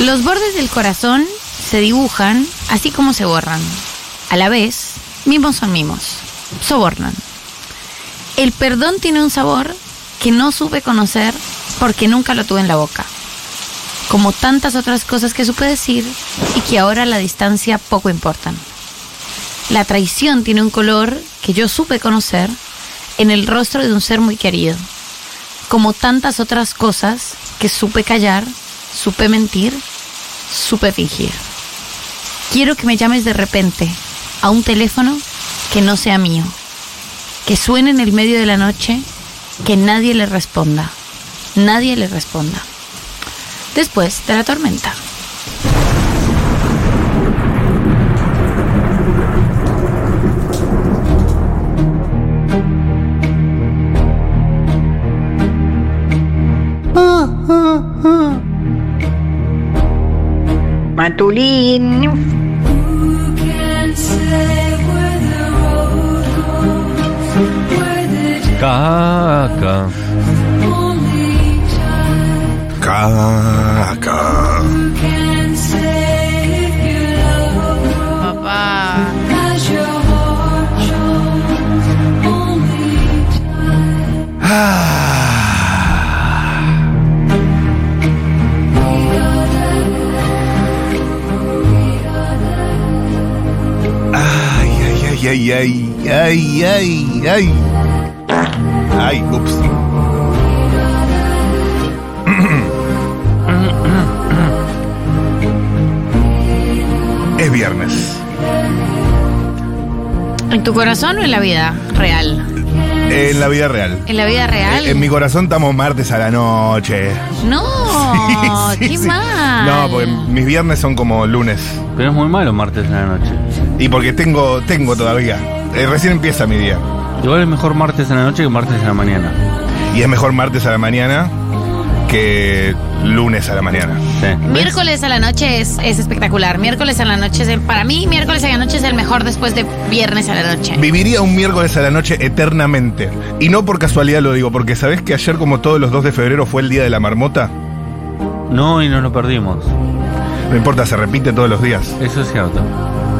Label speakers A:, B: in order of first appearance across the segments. A: Los bordes del corazón se dibujan así como se borran. A la vez, mimos son mimos, sobornan. El perdón tiene un sabor que no supe conocer porque nunca lo tuve en la boca. Como tantas otras cosas que supe decir y que ahora a la distancia poco importan. La traición tiene un color que yo supe conocer en el rostro de un ser muy querido. Como tantas otras cosas que supe callar, supe mentir, supe fingir. Quiero que me llames de repente a un teléfono que no sea mío. Que suene en el medio de la noche, que nadie le responda. Nadie le responda. Después de la tormenta.
B: Matulín.
C: Caca.
D: Caca.
E: Papá.
D: Ah. Ay, ay, ay, ay, ay, ay, ay. Ay, ups. Es viernes.
A: ¿En tu corazón o en la vida real?
D: En la vida real.
A: En la vida real.
D: Eh, En mi corazón estamos martes a la noche.
A: No,
D: Sí,
A: Oh, qué
D: sí.
A: mal.
D: No, porque mis viernes son como lunes.
C: Pero es muy malo martes en la noche.
D: Y porque tengo, tengo todavía. Eh, recién empieza mi día.
C: Igual es mejor martes en la noche que martes en la mañana.
D: Y es mejor martes a la mañana que lunes a la mañana.
C: Sí.
A: Miércoles a la noche es, es espectacular. Miércoles a la noche es el- para mí, miércoles a la noche es el mejor después de viernes a la noche.
D: Viviría un miércoles a la noche eternamente. Y no por casualidad lo digo, porque sabés que ayer, como todos los 2 de febrero, fue el día de la marmota.
C: No, y nos lo perdimos.
D: No importa, se repite todos los días.
C: Eso es cierto.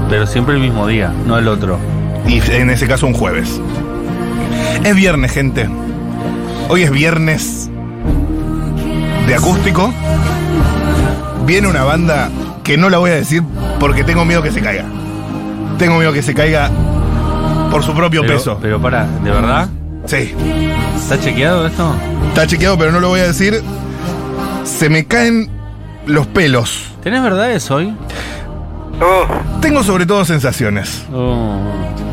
C: Pero siempre el mismo día, no el otro.
D: Y en ese caso, un jueves. Es viernes, gente. Hoy es viernes de acústico. Viene una banda que no la voy a decir porque tengo miedo que se caiga. Tengo miedo que se caiga por su propio
C: pero,
D: peso.
C: Pero para, ¿de verdad?
D: Sí.
C: ¿Está chequeado esto?
D: Está chequeado, pero no lo voy a decir. Se me caen los pelos.
C: ¿Tenés verdades hoy?
D: Tengo sobre todo sensaciones.
C: Oh.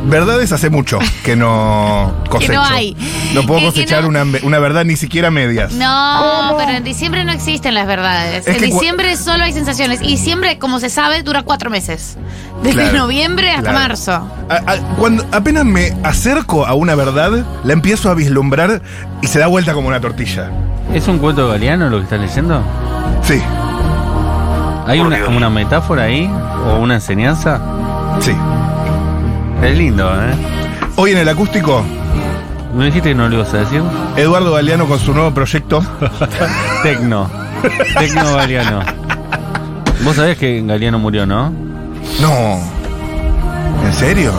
D: Verdades hace mucho que no cosecho.
A: no hay.
D: No puedo
A: Es que
D: cosechar
A: no-
D: una, una verdad ni siquiera medias.
A: No, pero en diciembre no existen las verdades.
D: Es
A: en
D: que cua-
A: diciembre solo hay sensaciones. Y diciembre, como se sabe, dura cuatro meses. Desde
D: Claro,
A: noviembre hasta
D: claro.
A: marzo.
D: A- a- cuando apenas me acerco a una verdad, la empiezo a vislumbrar y se da vuelta como una tortilla.
C: ¿Es un cuento galeano lo que estás leyendo?
D: Sí,
C: ¿Hay una, una metáfora ahí? ¿O una enseñanza?
D: sí.
C: Es lindo, ¿eh?
D: Hoy en el acústico,
C: ¿No dijiste que no lo ibas a decir?
D: Eduardo Galeano con su nuevo proyecto.
C: Tecno. Tecno Galeano. Vos sabés que Galeano murió, ¿no?
D: No. ¿En serio?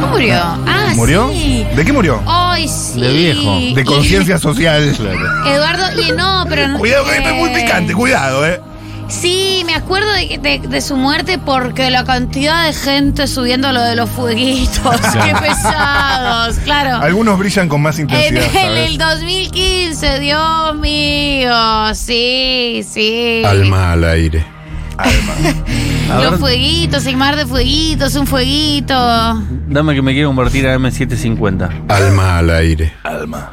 A: ¿Cómo murió? Ah,
D: ¿Murió?
A: sí.
D: ¿De qué murió?
A: Ay, sí.
C: De viejo.
D: De conciencia social.
A: Y- Eduardo, y no, pero no-
D: Cuidado, que esto es muy
A: eh,
D: picante, cuidado, eh.
A: Sí, me acuerdo de, de- de su muerte porque la cantidad de gente subiendo lo de los fueguitos. ¡Qué pesados! Claro.
D: Algunos brillan con más
A: En
D: intensidad.
A: el,
D: ¿sabes?
A: el 2015, Dios mío. Sí, sí.
F: Alma al aire.
C: A ver,
A: Los fueguitos, el mar de fueguitos, un fueguito.
C: dame que me quiero convertir a M750.
F: Alma al aire. Alma.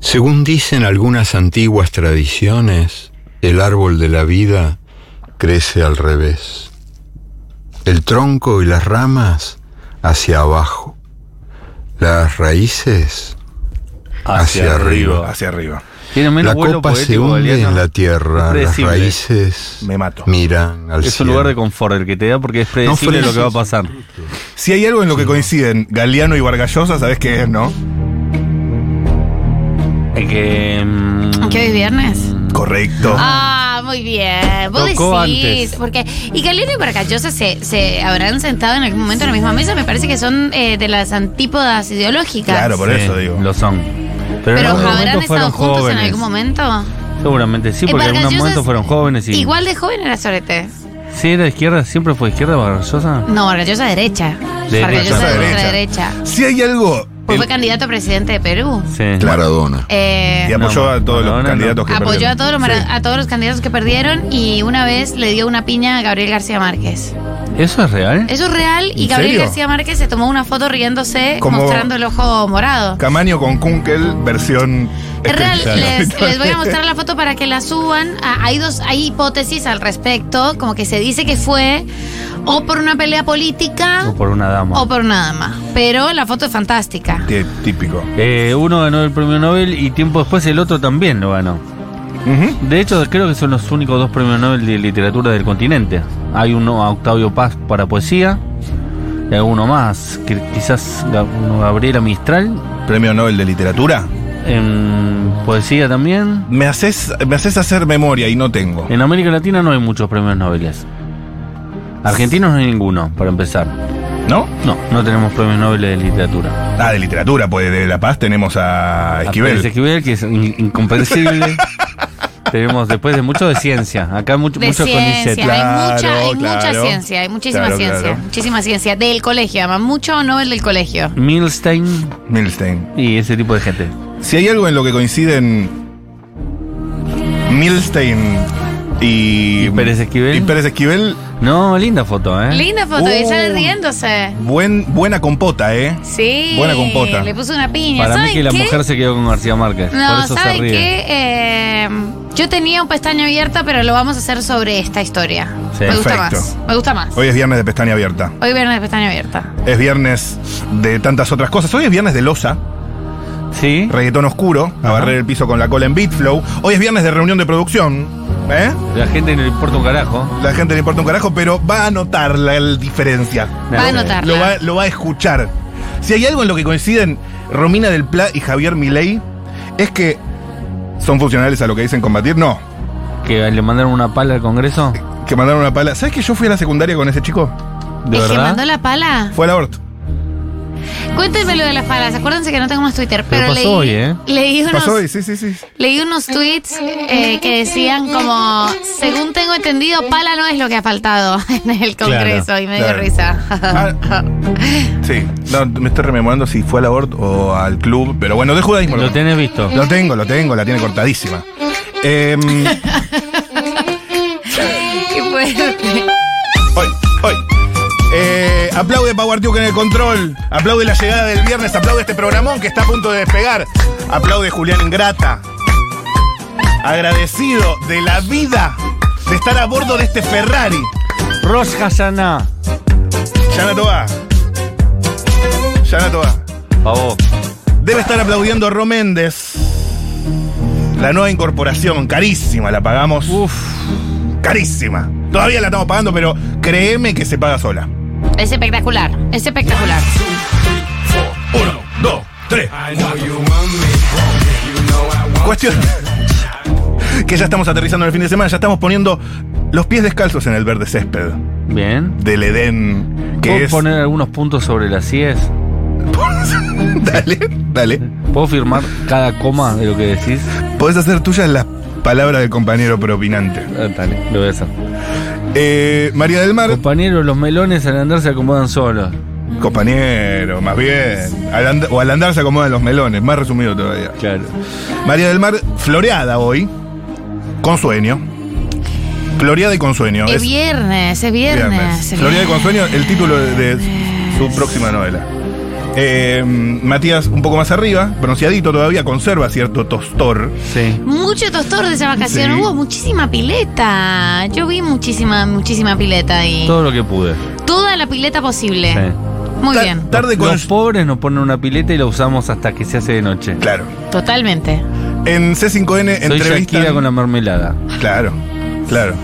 F: Según dicen algunas antiguas tradiciones, el árbol de la vida crece al revés. El tronco y las ramas hacia abajo. Las raíces hacia, arriba.
D: Hacia arriba.
C: Tiene menos
F: La
C: vuelo
F: copa se
C: poético
F: hunde
C: Galeano.
F: en la tierra.
C: Es
F: Las
C: predecible.
F: raíces
D: Me mato.
F: miran al cielo.
C: Es un lugar de confort el que te da porque es predecible
F: felices.
C: lo que va a pasar.
D: Si hay algo en lo que coinciden Galeano y Vargallosa, ¿sabes qué es, no?
C: Eh, Que, mm,
A: ¿Qué hoy es viernes?
D: Correcto.
A: Ah, muy bien. Vos
C: Tocó
A: decís.
C: antes.
A: Porque. Y Galeno y Barcachosa se, se habrán sentado en algún momento en la misma mesa. Me parece que son eh, de las antípodas ideológicas.
D: Claro, por
C: Sí,
D: eso digo.
C: Lo son. Pero, en
A: Pero
C: algún
A: habrán
C: momento
A: estado
C: fueron
A: juntos en
C: jóvenes.
A: algún momento.
C: Seguramente sí,
A: Eh,
C: porque en algún
A: Vargas
C: momento
A: Llosa
C: fueron jóvenes y.
A: Igual de joven era Sorete.
C: Sí, era de izquierda, siempre fue de izquierda Vargallosa.
A: No, Vargallosa derecha.
C: Derecha.
A: Vargallosa de
D: Derecha.
A: ultra derecha.
D: Si hay algo.
A: Pues fue
D: el-
A: candidato a presidente de Perú.
C: Sí.
F: Maradona.
A: Eh,
D: y apoyó
C: No,
D: a todos los
C: Maradona no.
D: candidatos que
A: apoyó
D: perdieron.
A: a todos, los mara-
D: Sí.
A: a todos los candidatos que perdieron y una vez le dio una piña a Gabriel García Márquez.
C: ¿Eso es real?
A: Eso es real y
D: ¿En
A: Gabriel
D: serio?
A: García Márquez se tomó una foto riéndose
D: Como-
A: mostrando el ojo morado.
D: Camaño con Kunkel, versión.
A: Es real,
D: escrita.
A: les, les voy a mostrar la foto para que la suban. Ah, Hay dos, hay hipótesis al respecto, como que se dice que fue o por una pelea política
C: O por una dama.
A: o por nada más. Pero la foto es fantástica.
D: Tí- Típico.
C: Eh, uno ganó el premio Nobel y tiempo después el otro también lo ganó.
D: Ujú.
C: De hecho, creo que son los únicos dos premios Nobel de literatura del continente. Hay uno a Octavio Paz para poesía y alguno más, que quizás Ga- uno Gabriela Mistral
D: Premio Nobel de Literatura.
C: en poesía también.
D: Me haces, me haces hacer memoria y no tengo.
C: En América Latina no hay muchos premios Nobel. Argentinos no hay ninguno, para empezar.
D: ¿No?
C: No, no tenemos premios Nobel de literatura.
D: Ah, de literatura, pues de La Paz tenemos a
C: A Pérez
D: Esquivel.
C: Esquivel, que es in- incomprensible. Tenemos después de mucho de ciencia. Acá mucho,
A: De
C: mucho
A: ciencia,
C: Conicet.
D: Claro,
A: hay, mucha, hay mucha
D: claro.
A: ciencia, hay muchísima
D: Claro,
A: ciencia,
D: claro.
A: muchísima ciencia. Del colegio, además, mucho Nobel del colegio.
C: Milstein
D: Milstein.
C: y ese tipo de gente.
D: Si hay algo en lo que coinciden Milstein y,
C: ¿Y Pérez Esquivel?
D: y Pérez Esquivel,
C: No, linda foto, ¿eh?
A: Linda foto, y
D: Uh.
A: sale riéndose.
D: buen, buena compota, ¿eh?
A: Sí.
D: Buena compota.
A: Le puso una piña.
C: Para mí
A: ¿Saben
C: que la
A: qué?
C: mujer se quedó con García Márquez. por
A: No,
C: eso se
A: ¿saben
C: ríe.
A: qué? Eh, yo tenía un pestaño abierta, pero lo vamos a hacer sobre esta historia.
C: Sí.
A: Me gusta
D: Perfecto.
A: más. Me gusta más.
D: Hoy es viernes de pestaña abierta.
A: Hoy viernes de pestaña abierta.
D: Es viernes de tantas otras cosas. Hoy es viernes de losa,
C: Sí.
D: reggaetón oscuro, a
C: Ajá.
D: barrer el piso con la cola en Beatflow. Hoy es viernes de reunión de producción, ¿eh?
C: La gente no le importa un carajo.
D: La gente le importa un carajo, pero va a notar la el- diferencia.
A: Va
C: Eh,
A: a anotar.
D: Lo va, lo va a escuchar. Si hay algo en lo que coinciden Romina del Pla y Javier Milei, es que son funcionales a lo que dicen combatir. No,
C: Que le mandaron una pala al Congreso.
D: que mandaron una pala. ¿Sabes que yo fui a la secundaria con ese chico?
C: ¿De
A: ¿El que mandó
C: verdad?
A: la pala?
D: Fue a la Hort.
A: Cuéntenme lo de las palas. Acuérdense que no tengo más Twitter,
C: Pero
A: pero,
C: pasó
A: leí,
C: hoy, ¿eh?
A: leí unos...
D: Pasó y sí, sí, sí.
A: Leí unos tweets eh, que decían como, según tengo entendido, pala no es lo que ha faltado en el Congreso y me dio
D: claro.
A: risa.
D: Ah. Sí. No, me estoy rememorando si fue a la Hort o al club, pero bueno, de judaísmo.
C: Lo tenés visto.
D: Lo tengo, lo tengo, la tiene cortadísima. Em,
A: Qué fuerte.
D: hoy, hoy. Eh, aplaude Power Duke en el control. Aplaude la llegada del viernes. Aplaude este programón que está a punto de despegar. Aplaude Julián Ingrata. Agradecido de la vida de estar a bordo de este Ferrari.
C: Rosh Hashanah.
D: Yana Toa. Yana Toa.
C: Pavo.
D: Debe estar aplaudiendo Roméndez. La nueva incorporación, carísima, la pagamos.
C: Uf.
D: carísima. Todavía la estamos pagando, pero créeme que se paga sola.
A: Es espectacular, es espectacular.
D: Uno, dos, tres. Cuestión. Que ya estamos aterrizando en el fin de semana, ya estamos poniendo los pies descalzos en el verde césped
C: Bien.
D: del Edén, que
C: ¿Puedo
D: es.
C: poner algunos puntos sobre las IES?
D: dale, dale.
C: ¿Puedo firmar cada coma de lo que decís?
D: Podés hacer tuyas las palabras del compañero propinante.
C: Ah, Dale, lo voy a hacer.
D: Eh, María del Mar.
C: Compañeros, los melones al andar se acomodan solos.
D: Compañero, más bien. Al and- o al andar se acomodan los melones, más resumido todavía.
C: Claro.
D: María del Mar, floreada hoy, con sueño. Floreada y con sueño.
A: Es
D: Es
A: viernes, es viernes. es viernes.
D: Floreada y con sueño, el título de, de su próxima novela. Eh, Matías, un poco más arriba, pronunciadito todavía, conserva cierto tostor.
C: Sí.
A: Mucho tostor de esa vacación,
D: Sí.
A: hubo muchísima pileta. Yo vi muchísima, muchísima pileta ahí.
C: Todo lo que pude.
A: Toda la pileta posible.
C: Sí.
A: Muy
D: Ta-
A: bien,
D: Tarde con.
C: Los pobres nos ponen una pileta y la usamos hasta que se hace de noche.
D: Claro.
A: totalmente.
D: En C5N
C: Soy Shakira
D: entrevistan.
C: con la mermelada.
D: Claro, claro.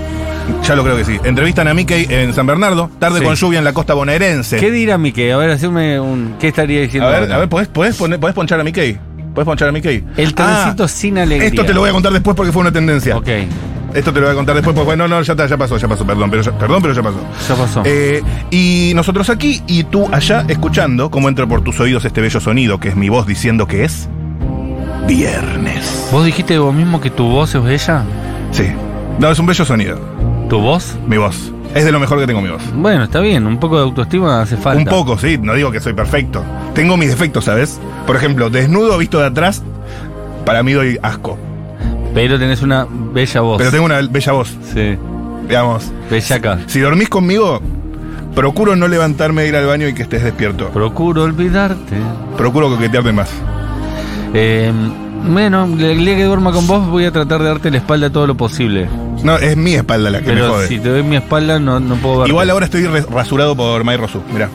D: Ya lo creo que sí. Entrevistan a Mickey en San Bernardo, tarde
C: Sí.
D: con lluvia en la costa bonaerense.
C: ¿Qué dirá Mickey? A ver, haceme un. ¿Qué estaría diciendo?
D: a ver,
C: ahora?
D: a ver, ¿podés, podés poner- podés ponchar a Mickey? ¿Podés ponchar a Mickey?
C: El trencito
D: Ah,
C: sin alegría.
D: Esto te lo voy a contar después porque fue una tendencia.
C: Ok.
D: Esto te lo voy a contar después, pues bueno, no, ya, está, ya pasó, ya pasó, perdón, pero ya, perdón, pero ya pasó.
C: Ya pasó.
D: Eh, y nosotros aquí y tú allá escuchando cómo entra por tus oídos este bello sonido que es mi voz diciendo que es viernes.
C: ¿Vos dijiste vos mismo que tu voz es bella?
D: Sí. No, es un bello sonido.
C: ¿Tu voz?
D: Mi voz. Es de lo mejor que tengo mi voz.
C: Bueno, está bien, un poco de autoestima hace falta.
D: Un poco, sí, no digo que soy perfecto. Tengo mis defectos, ¿sabes? Por ejemplo, desnudo visto de atrás, para mí doy asco.
C: Pero tenés una bella voz.
D: Pero tengo una bella voz,
C: Sí,
D: digamos.
C: bellaca.
D: Si dormís conmigo, procuro no levantarme, ir al baño y que estés despierto.
C: Procuro olvidarte.
D: Procuro coquetearte más.
C: Eh, bueno, el día que duerma con vos voy a tratar de darte la espalda todo lo posible.
D: No, es mi espalda la que me
C: Pero
D: jode.
C: si te doy mi espalda no, no puedo ver.
D: Igual ahora estoy re- rasurado por May Rosu, mirá.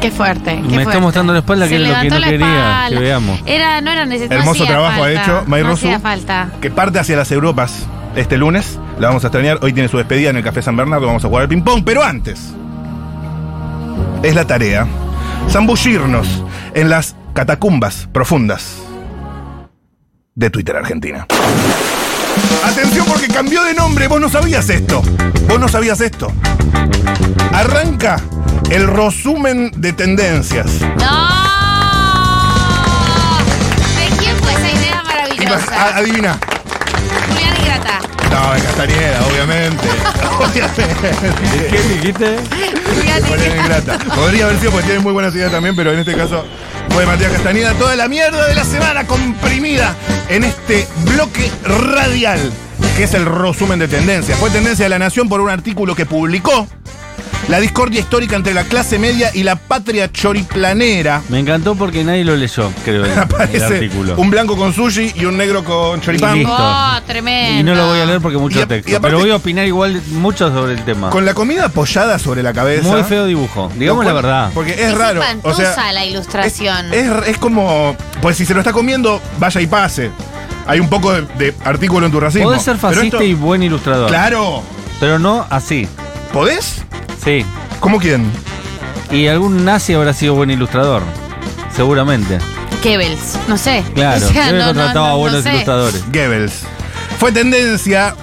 A: Qué fuerte. qué
C: Me está
A: fuerte.
C: mostrando la espalda,
A: Se
C: que es lo que
A: levantó
C: no
A: la
C: quería
A: espalda.
C: que veamos.
A: Era, no era necesario.
D: Hermoso trabajo ha hecho May
A: no
D: Rosu.
A: hacía falta.
D: Que parte hacia las Europas este lunes. La vamos a extrañar. Hoy tiene su despedida en el Café San Bernardo. Vamos a jugar al ping-pong. Pero antes, es la tarea. Zambullirnos en las catacumbas profundas de Twitter Argentina. Atención porque cambió de nombre. Vos no sabías esto. Vos no sabías esto. Arranca el resumen de tendencias.
A: ¡No! ¿De quién fue esa idea
D: A-
A: maravillosa?
D: Adivina.
A: Julián Ingrata.
D: No, de Castañeda, obviamente. obviamente.
C: ¿Qué dijiste?
A: Julián
D: Julián
A: Ingrata.
D: Ingrata. Podría haber sido porque tiene muy buenas ideas también, pero en este caso fue Matías Castañeda. Toda la mierda de la semana comprimida en este bloque radial, que es el resumen de tendencias. Fue tendencia de la Nación por un artículo que publicó la discordia histórica entre la clase media y la patria choriplanera.
C: Me encantó porque nadie lo leyó, creo, el, el
D: Aparece
C: artículo.
D: un blanco con sushi y un negro con choripán.
C: Y listo.
A: Oh, tremendo.
C: Y no lo voy a leer porque
D: Y
C: mucho
D: a- y
C: texto.
D: aparte-
C: pero voy a opinar igual mucho sobre el tema.
D: Con la comida apoyada sobre la cabeza.
C: Muy feo dibujo. Digamos
D: Lo
C: la
D: cual-
C: verdad.
D: Porque es, raro. O
A: espantosa
D: sea,
A: la
D: es,
A: ilustración.
D: es- es como. Pues si se lo está comiendo, vaya y pase. Hay un poco de, de artículo en tu racismo.
C: Podés ser
D: Pero
C: fascista
D: esto-
C: y buen ilustrador.
D: Claro.
C: Pero no así.
D: ¿Podés?
C: Sí.
D: ¿Cómo quién?
C: Y algún nazi habrá sido buen ilustrador. Seguramente.
A: Goebbels, no sé.
C: Claro.
A: O sea,
C: Yo
A: no,
C: he
A: no,
C: contratado
A: no,
C: a
A: no
C: buenos
A: sé.
C: ilustradores.
D: Goebbels. Fue tendencia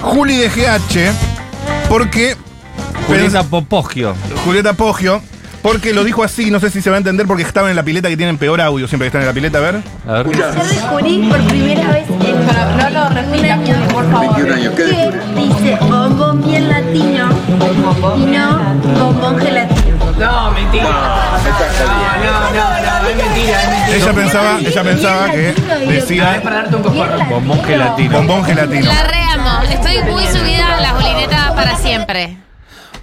D: Juli de GH porque.
C: Julieta Popogio.
D: Julieta Poggio. Porque lo dijo así, no sé si se va a entender porque estaban en la pileta que tienen peor audio siempre que están en la pileta, a ver.
C: A ver.
B: Yo descubrí por primera vez en no lo repita, por favor.
E: 21 años, ¿qué descubrió?
B: dice bombón bien latino y no bombón gelatino.
G: No, mentira. No, no, no, no, es mentira, es mentira.
D: Ella pensaba, ella pensaba que
G: Ah, es
D: decía
G: para darte un cocorro.
C: Bombón gelatino.
D: bombón gelatino.
A: La reamo. Estoy muy subida a las bolinetas para siempre.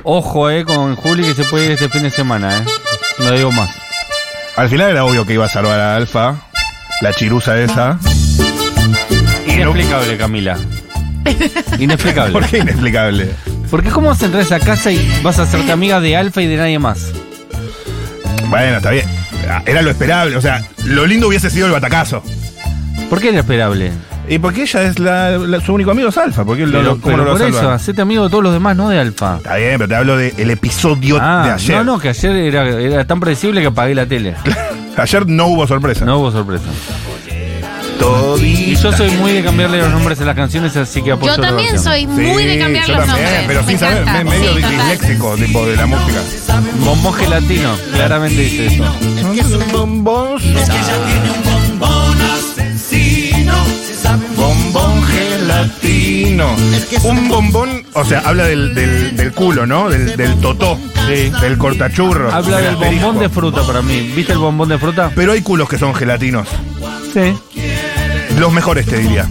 C: Ojo, eh, con Juli que se puede ir este fin de semana, eh. No digo más.
D: Al final era obvio que iba a salvar a Alfa, la chirusa esa.
C: Inexplicable, Camila. Inexplicable.
D: ¿Por qué inexplicable?
C: Porque cómo vas a entrar a esa casa y vas a hacerte amiga de Alfa y de nadie más.
D: Bueno, está bien. Era lo esperable, o sea, lo lindo hubiese sido el batacazo.
C: ¿Por qué era esperable?
D: Y porque ella es la, la- su único amigo es Alfa, porque él no
C: Pero-
D: lo- ¿cómo
C: pero
D: no lo
C: por
D: va a
C: eso,
D: salvar?
C: hacete amigo de todos los demás, no de Alfa.
D: Está bien, pero te hablo del episodio de
C: Ah,
D: ayer.
C: no, no, que ayer era, era tan predecible que apagué la tele.
D: Ayer no hubo sorpresa.
C: No hubo sorpresa.
D: Todita.
C: Y yo soy muy de cambiarle los nombres a las canciones, así que apoyo
A: Yo
C: la
A: también
C: versión.
A: soy muy
D: Sí,
A: de cambiar
D: yo
A: los
D: también,
A: nombres.
D: Pero
A: Me
D: sin saber,
A: encanta.
D: me- medio
A: Sí, total.
D: disléxico tipo de la música.
C: Bombón gelatino, claramente dice eso.
D: Bombón. Bombón gelatino. Un bombón, o sea, habla del, del, del culo, ¿no? Del, del totó.
C: Sí.
D: Del cortachurro.
C: Habla del
D: asterisco.
C: bombón de fruta para mí. ¿Viste el bombón de fruta?
D: Pero hay culos que son gelatinos.
C: Sí.
D: Los mejores, te diría.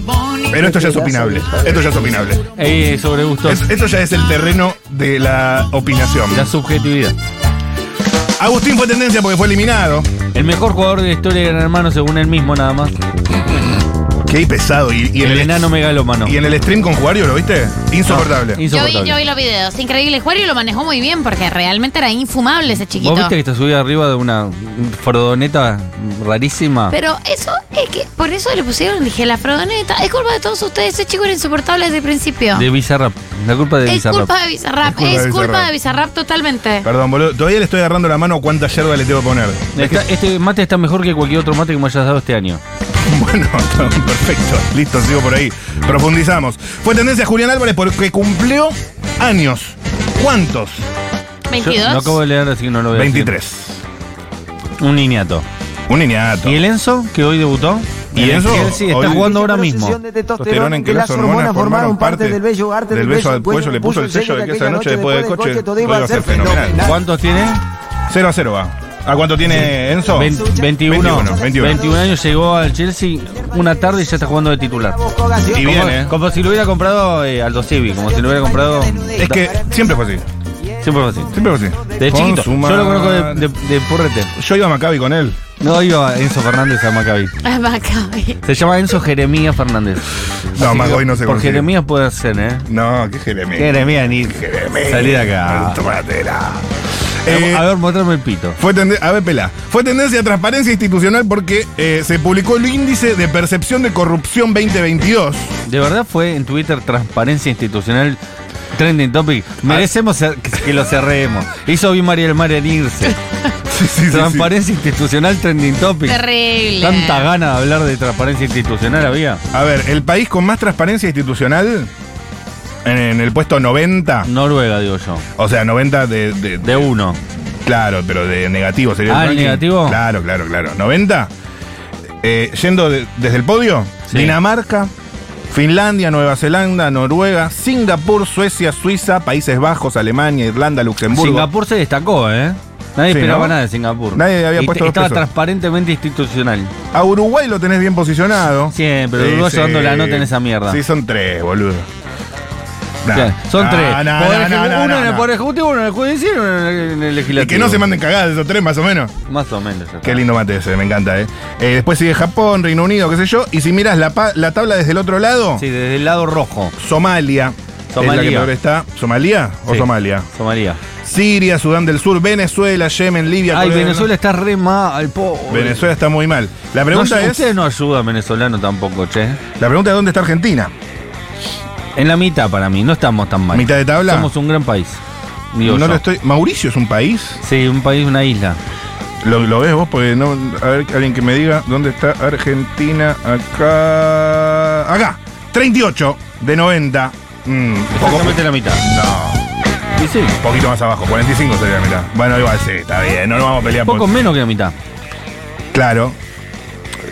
D: Pero esto ya es opinable. Esto ya es opinable.
C: Eh, sobre gustos.
D: Es- esto ya es el terreno de la opinación.
C: La subjetividad.
D: Agustín fue tendencia porque fue eliminado.
C: El mejor jugador de la historia de Gran Hermano, según él mismo, nada más.
D: Qué pesado. Y, y en
C: el,
D: el,
C: enano megalómano.
D: y en el stream con Juario, ¿lo viste? Insoportable.
A: Yo vi,
C: Insoportable.
A: yo vi los videos. Increíble. Juario lo manejó muy bien porque realmente era infumable ese chiquito.
C: ¿Vos viste que está subido arriba de una frodoneta rarísima?
A: Pero eso es que por eso le pusieron, dije, la frodoneta. Es culpa de todos ustedes. Ese chico era insoportable desde el principio.
C: de Bizarrap. La culpa de
A: es
C: Bizarrap.
A: culpa de Bizarrap.
D: Es culpa de
A: Es culpa
D: Bizarrap.
A: de Bizarrap totalmente.
D: Perdón, boludo. Todavía le estoy agarrando la mano cuánta yerba le tengo que poner.
C: Está- este mate está mejor que cualquier otro mate que me hayas dado este año.
D: Bueno, no, perfecto. Listo, sigo por ahí. Profundizamos. Fue tendencia Julián Álvarez porque cumplió años. ¿Cuántos?
C: Yo
A: 22.
C: lo acabo de leer, así que no lo veo.
D: 23.
C: Un niñato.
D: Un niñato.
C: ¿Y el Enzo, que hoy debutó?
D: Y
C: el
D: Enzo,
C: Chelsea
D: hoy-
C: está jugando ahora
E: Dicha
C: mismo.
E: procesión de
D: Testosterona
E: testosterona
D: en
E: en
D: que
E: que
D: las
E: las hormonas
D: hormonas formaron
E: formaron
D: parte
E: parte del bello arte
D: del
E: del
D: beso
E: beso
D: al cuello, le puso el sello de que esa noche después del coche
E: todo iba
D: iba
E: a ser fenomenal.
C: ¿Cuántos tiene?
D: 0 a 0 va. ¿A cuánto tiene Enzo?
C: Vein- 21.
D: 21, 21.
C: 21 años llegó al Chelsea una tarde y ya está jugando de titular.
D: Y
C: Como,
D: bien, ¿eh?
C: como si lo hubiera comprado eh, Aldo Civi, como si lo hubiera comprado.
D: Es que siempre fue así.
C: Siempre fue así.
D: Siempre fue así.
C: De chiquito.
D: Consumar-
C: Yo lo conozco de, de, de porrete.
D: Yo iba a Maccabi con él.
C: No iba Enzo Fernández a Maccabi.
A: Ah, va, cabe.
C: Se llama Enzo Jeremías Fernández.
D: No,
C: Así
D: Maccabi
C: que
D: no se
C: Por
D: consigue.
C: Jeremías puede ser, ¿eh?
D: No, qué Jeremy.
C: Jeremías ni.
D: Jeremy.
C: Salí de acá.
D: Tomatera. Eh,
C: A ver, mostrame el pito.
D: Fue tende- a ver, pelá. Fue tendencia a transparencia institucional porque eh, se publicó el índice de percepción de corrupción 2022.
C: De verdad fue en Twitter Transparencia Institucional Trending Topic. Merecemos cer- que- que lo cerremos. Hizo bien María del Mar en irse.
D: Sí, sí, sí,
C: transparencia Institucional Trending Topic.
A: Terrible.
C: Tanta gana de hablar de transparencia institucional había.
D: sí. A ver, el país con más transparencia institucional en, en el puesto 90.
C: Noruega, digo yo.
D: O sea, 90 de. de-
C: De uno.
D: claro, pero de negativo sería
C: Ah, ¿el
D: ranking.
C: negativo?
D: Claro, claro, claro. 90. Eh, yendo de- desde el podio,
C: Sí.
D: Dinamarca, Finlandia, Nueva Zelanda, Noruega, Singapur, Suecia, Suiza, Países Bajos, Alemania, Irlanda, Luxemburgo.
C: Singapur se destacó, ¿eh? Nadie
D: Sí,
C: esperaba
D: ¿no?
C: nada de Singapur.
D: Nadie había
C: Y
D: puesto dos
C: Estaba
D: pesos.
C: transparentemente institucional.
D: A Uruguay lo tenés bien posicionado.
C: Siempre, Uruguay llevando la nota en esa mierda.
D: Sí, son tres, boludo. Nah.
C: O sea, son
D: Nah,
C: tres.
D: nah,
C: Poder
D: nah,
C: ejecu-
D: nah,
C: uno
D: nah,
C: en el
D: nah.
C: Poder Ejecutivo, uno en el Judicial y uno en el, en el Legislativo.
D: Y que no se manden cagadas esos tres, más o menos.
C: Más o menos. ya está.
D: Qué lindo mate ese, me encanta, ¿eh? Eh, después sigue Japón, Reino Unido, qué sé yo. Y si miras la, pa- la tabla desde el otro lado,
C: Sí, desde el lado rojo.
D: Somalia. Es la que
C: Somalia.
D: peor está. ¿Somalia o
C: Sí.
D: Somalia?
C: Somalia.
D: Siria, Sudán del Sur, Venezuela, Yemen, Libia.
C: Ay,
D: Corea del
C: Venezuela está re mal, pobre.
D: Norte. Venezuela está muy mal. La pregunta
C: no,
D: es.
C: Ustedes no ayudan venezolano tampoco, che.
D: La pregunta es dónde está Argentina.
C: En la mitad para mí, no estamos tan mal.
D: ¿Mitad de tabla?
C: Somos un gran país. Digo
D: No
C: yo.
D: lo estoy. Mauricio es un país.
C: Sí, un país, una isla.
D: Lo, lo ves vos, porque no. A ver, alguien que me diga dónde está Argentina. Acá. Acá. 38 de 90. Mm, un poco-
C: Exactamente la mitad.
D: no,
C: Y sí,
D: un poquito más abajo. 45 sería la mitad. Bueno, igual sí, está bien. No nos vamos a pelear
C: poco
D: por.
C: menos que la mitad.
D: Claro.